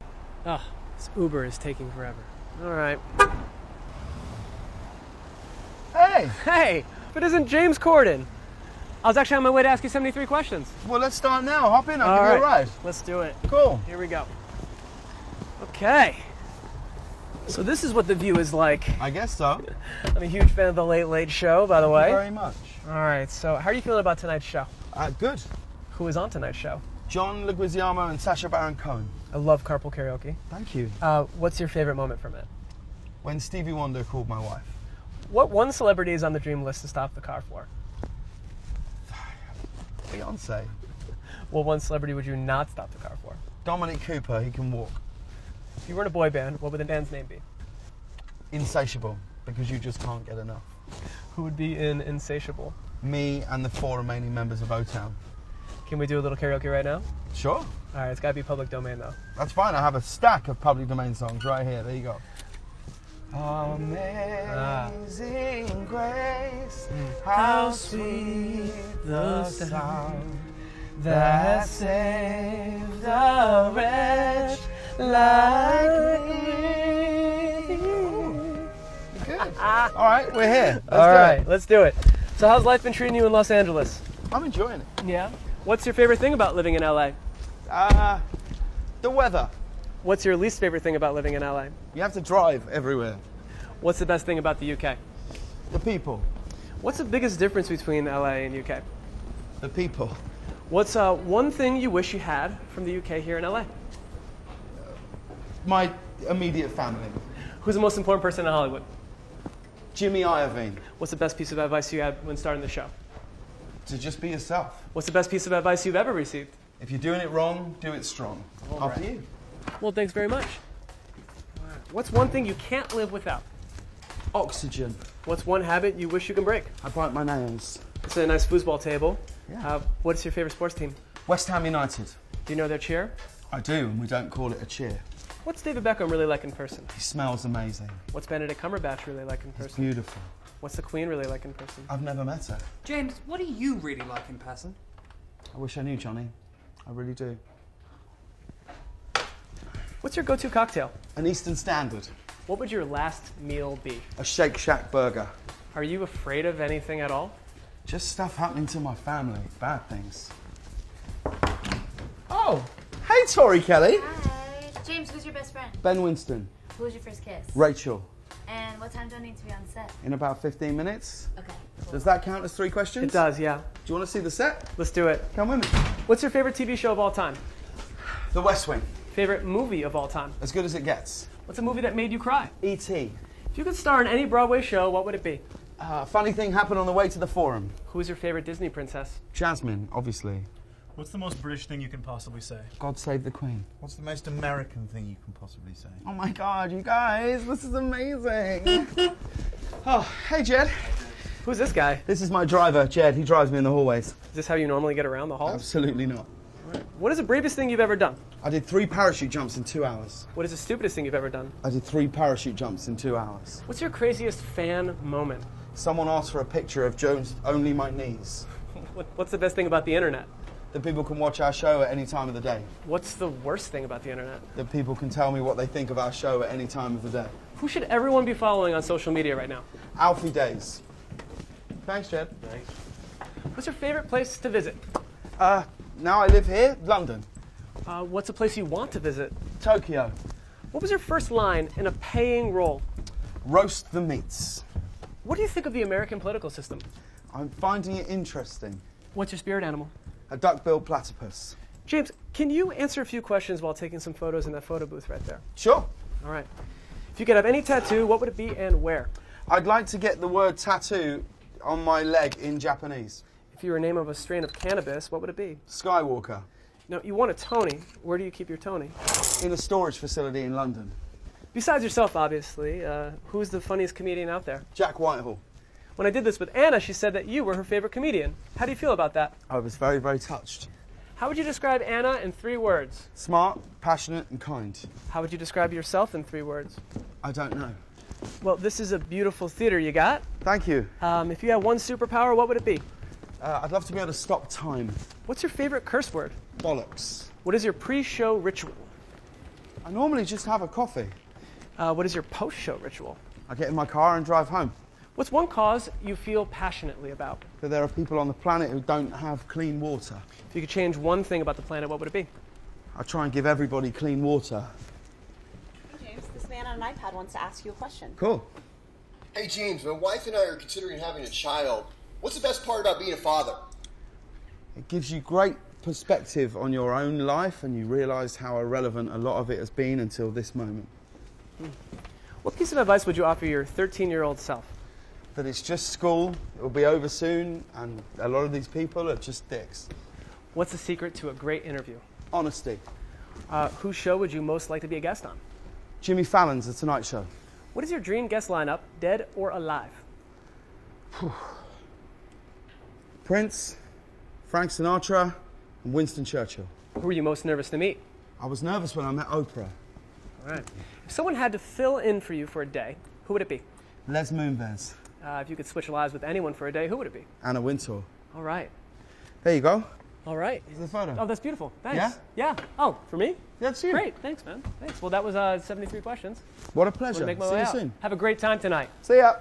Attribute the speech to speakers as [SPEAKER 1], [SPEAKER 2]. [SPEAKER 1] Ugh, Ah, this Uber is taking forever.
[SPEAKER 2] All right. Hey!
[SPEAKER 1] Hey, but isn't James Corden? I was actually on my way to ask you 73 questions.
[SPEAKER 2] Well, let's start now. Hop in. I'll
[SPEAKER 1] All
[SPEAKER 2] give you a
[SPEAKER 1] right.
[SPEAKER 2] ride.
[SPEAKER 1] Let's do it.
[SPEAKER 2] Cool.
[SPEAKER 1] Here we go. Okay. So this is what the view is like.
[SPEAKER 2] I guess so. Thank
[SPEAKER 1] I'm a huge fan of the Late Late Show, by the
[SPEAKER 2] you
[SPEAKER 1] way.
[SPEAKER 2] very much.
[SPEAKER 1] All right. So how are you feeling about tonight's show?
[SPEAKER 2] Uh, good.
[SPEAKER 1] Who is on tonight's show?
[SPEAKER 2] John Leguizamo and Sasha Baron Cohen.
[SPEAKER 1] I love carpool karaoke.
[SPEAKER 2] Thank you.
[SPEAKER 1] Uh, what's your favorite moment from it?
[SPEAKER 2] When Stevie Wonder called my wife.
[SPEAKER 1] What one celebrity is on the dream list to stop the car for?
[SPEAKER 2] Beyonce.
[SPEAKER 1] What one celebrity would you not stop the car for?
[SPEAKER 2] Dominic Cooper, he can walk.
[SPEAKER 1] If you were in a boy band, what would the band's name be?
[SPEAKER 2] Insatiable, because you just can't get enough.
[SPEAKER 1] Who would be in Insatiable?
[SPEAKER 2] Me and the four remaining members of O Town.
[SPEAKER 1] Can we do a little karaoke right now?
[SPEAKER 2] Sure.
[SPEAKER 1] All right, it's got to be public domain though.
[SPEAKER 2] That's fine. I have a stack of public domain songs right here. There you go. Amazing grace, Ah. Hmm. how sweet the sound that saved a wretch like me. Good. All right, we're here. Let's
[SPEAKER 1] All
[SPEAKER 2] do it.
[SPEAKER 1] right, let's do it. So, how's life been treating you in Los Angeles?
[SPEAKER 2] I'm enjoying it.
[SPEAKER 1] Yeah. What's your favorite thing about living in LA?
[SPEAKER 2] Uh, the weather.
[SPEAKER 1] What's your least favorite thing about living in LA?
[SPEAKER 2] You have to drive everywhere.
[SPEAKER 1] What's the best thing about the UK?
[SPEAKER 2] The people.
[SPEAKER 1] What's the biggest difference between LA and UK?
[SPEAKER 2] The people.
[SPEAKER 1] What's uh, one thing you wish you had from the UK here in LA?
[SPEAKER 2] My immediate family.
[SPEAKER 1] Who's the most important person in Hollywood?
[SPEAKER 2] Jimmy Iovine.
[SPEAKER 1] What's the best piece of advice you had when starting the show?
[SPEAKER 2] To just be yourself.
[SPEAKER 1] What's the best piece of advice you've ever received?
[SPEAKER 2] If you're doing it wrong, do it strong. Up to you.
[SPEAKER 1] Well, thanks very much. What's one thing you can't live without?
[SPEAKER 2] Oxygen.
[SPEAKER 1] What's one habit you wish you can break?
[SPEAKER 2] I bite my nails.
[SPEAKER 1] It's a nice foosball table.
[SPEAKER 2] Yeah.
[SPEAKER 1] Uh, what's your favorite sports team?
[SPEAKER 2] West Ham United.
[SPEAKER 1] Do you know their cheer?
[SPEAKER 2] I do, and we don't call it a cheer.
[SPEAKER 1] What's David Beckham really like in person?
[SPEAKER 2] He smells amazing.
[SPEAKER 1] What's Benedict Cumberbatch really like in
[SPEAKER 2] It's
[SPEAKER 1] person?
[SPEAKER 2] beautiful.
[SPEAKER 1] What's the Queen really like in person?
[SPEAKER 2] I've never met her.
[SPEAKER 3] James, what do you really like in person?
[SPEAKER 2] I wish I knew Johnny. I really do.
[SPEAKER 1] What's your go-to cocktail?
[SPEAKER 2] An Eastern Standard.
[SPEAKER 1] What would your last meal be?
[SPEAKER 2] A Shake Shack burger.
[SPEAKER 1] Are you afraid of anything at all?
[SPEAKER 2] Just stuff happening to my family. Bad things.
[SPEAKER 1] Oh,
[SPEAKER 2] Hey, Tori Kelly.
[SPEAKER 4] Hi. James, who's your best friend?
[SPEAKER 2] Ben Winston.
[SPEAKER 4] Who was your first kiss?
[SPEAKER 2] Rachel.
[SPEAKER 4] And what time do I need to be on set?
[SPEAKER 2] In about 15 minutes.
[SPEAKER 4] Okay.
[SPEAKER 2] Does that count as three questions?
[SPEAKER 1] it does, yeah.
[SPEAKER 2] Do you want to see the set?
[SPEAKER 1] Let's do it.
[SPEAKER 2] Come with me.
[SPEAKER 1] What's your favorite TV show of all time?
[SPEAKER 2] The West Wing.
[SPEAKER 1] Favorite movie of all time?
[SPEAKER 2] As good as it gets. E
[SPEAKER 1] What's a movie that made you cry?
[SPEAKER 2] E.T.
[SPEAKER 1] If you could star in any Broadway show, what would it be?
[SPEAKER 2] Uh, funny thing happened on the way to the forum.
[SPEAKER 1] Who's your favorite Disney princess?
[SPEAKER 2] Jasmine, obviously.
[SPEAKER 5] What's the most British thing you can possibly say?
[SPEAKER 2] God save the Queen.
[SPEAKER 6] What's the most American thing you can possibly say?
[SPEAKER 2] Oh my God, you guys, this is amazing. oh, hey Jed.
[SPEAKER 1] Who's this guy?
[SPEAKER 2] This is my driver, Jed. He drives me in the hallways.
[SPEAKER 1] Is this how you normally get around the halls?
[SPEAKER 2] Absolutely not.
[SPEAKER 1] What is the bravest thing you've ever done?
[SPEAKER 2] I did three parachute jumps in two hours.
[SPEAKER 1] What is the stupidest thing you've ever done?
[SPEAKER 2] I did three parachute jumps in two hours.
[SPEAKER 1] What's your craziest fan moment?
[SPEAKER 2] Someone asked for a picture of Jones only my knees.
[SPEAKER 1] What, what's the best thing about the internet?
[SPEAKER 2] That people can watch our show at any time of the day.
[SPEAKER 1] What's the worst thing about the internet?
[SPEAKER 2] That people can tell me what they think of our show at any time of the day.
[SPEAKER 1] Who should everyone be following on social media right now?
[SPEAKER 2] Alfie Days. Thanks, Jed.
[SPEAKER 1] What's your favorite place to visit?
[SPEAKER 2] Uh, now I live here, London,
[SPEAKER 1] Uh, what's a place you want to visit?
[SPEAKER 2] Tokyo.
[SPEAKER 1] What was your first line in a paying role?
[SPEAKER 2] Roast the meats.
[SPEAKER 1] What do you think of the American political system?
[SPEAKER 2] I'm finding it interesting.
[SPEAKER 1] What's your spirit animal?
[SPEAKER 2] A duck-billed platypus.
[SPEAKER 1] James, can you answer a few questions while taking some photos in that photo booth right there?
[SPEAKER 2] Sure.
[SPEAKER 1] All right. If you could have any tattoo, what would it be and where?
[SPEAKER 2] I'd like to get the word tattoo on my leg in Japanese.
[SPEAKER 1] If you were a name of a strain of cannabis, what would it be?
[SPEAKER 2] Skywalker.
[SPEAKER 1] Now, you want a Tony. Where do you keep your Tony?
[SPEAKER 2] In a storage facility in London.
[SPEAKER 1] Besides yourself, obviously, uh, who's the funniest comedian out there?
[SPEAKER 2] Jack Whitehall.
[SPEAKER 1] When I did this with Anna, she said that you were her favorite comedian. How do you feel about that?
[SPEAKER 2] I was very, very touched.
[SPEAKER 1] How would you describe Anna in three words?
[SPEAKER 2] Smart, passionate, and kind.
[SPEAKER 1] How would you describe yourself in three words?
[SPEAKER 2] I don't know.
[SPEAKER 1] Well, this is a beautiful theater you got.
[SPEAKER 2] Thank you.
[SPEAKER 1] Um, if you had one superpower, what would it be?
[SPEAKER 2] Uh, I'd love to be able to stop time.
[SPEAKER 1] What's your favorite curse word?
[SPEAKER 2] Bollocks.
[SPEAKER 1] What is your pre show ritual?
[SPEAKER 2] I normally just have a coffee.
[SPEAKER 1] Uh, what is your post show ritual?
[SPEAKER 2] I get in my car and drive home.
[SPEAKER 1] What's one cause you feel passionately about?
[SPEAKER 2] That there are people on the planet who don't have clean water.
[SPEAKER 1] If you could change one thing about the planet, what would it be?
[SPEAKER 2] I try and give everybody clean water.
[SPEAKER 7] James, this man on an iPad wants to ask you a question.
[SPEAKER 2] Cool.
[SPEAKER 8] Hey James, my wife and I are considering having a child. What's the best part about being a father?
[SPEAKER 2] It gives you great perspective on your own life and you realise how irrelevant a lot of it has been until this moment.
[SPEAKER 1] What piece of advice would you offer your 13 year old self?
[SPEAKER 2] That it's just school, it'll be over soon, and a lot of these people are just dicks.
[SPEAKER 1] What's the secret to a great interview?
[SPEAKER 2] Honesty.
[SPEAKER 1] Uh, whose show would you most like to be a guest on?
[SPEAKER 2] Jimmy Fallon's The Tonight Show.
[SPEAKER 1] What is your dream guest lineup, dead or alive?
[SPEAKER 2] Prince, Frank Sinatra, and Winston Churchill.
[SPEAKER 1] Who were you most nervous to meet?
[SPEAKER 2] I was nervous when I met Oprah.
[SPEAKER 1] All right. If someone had to fill in for you for a day, who would it be?
[SPEAKER 2] Les Moonves,
[SPEAKER 1] Uh, if you could switch lives with anyone for a day, who would it be?
[SPEAKER 2] Anna Wintour.
[SPEAKER 1] All right.
[SPEAKER 2] There you go.
[SPEAKER 1] All right.
[SPEAKER 2] The photo.
[SPEAKER 1] Oh, that's beautiful. Thanks. Yeah? Oh, for me?
[SPEAKER 2] That's you.
[SPEAKER 1] Great. Thanks, man. Thanks. Well, that was uh, 73 questions.
[SPEAKER 2] What a
[SPEAKER 1] Wanna
[SPEAKER 2] pleasure.
[SPEAKER 1] make my
[SPEAKER 2] See
[SPEAKER 1] way
[SPEAKER 2] you
[SPEAKER 1] out.
[SPEAKER 2] soon.
[SPEAKER 1] Have a great time tonight.
[SPEAKER 2] See ya.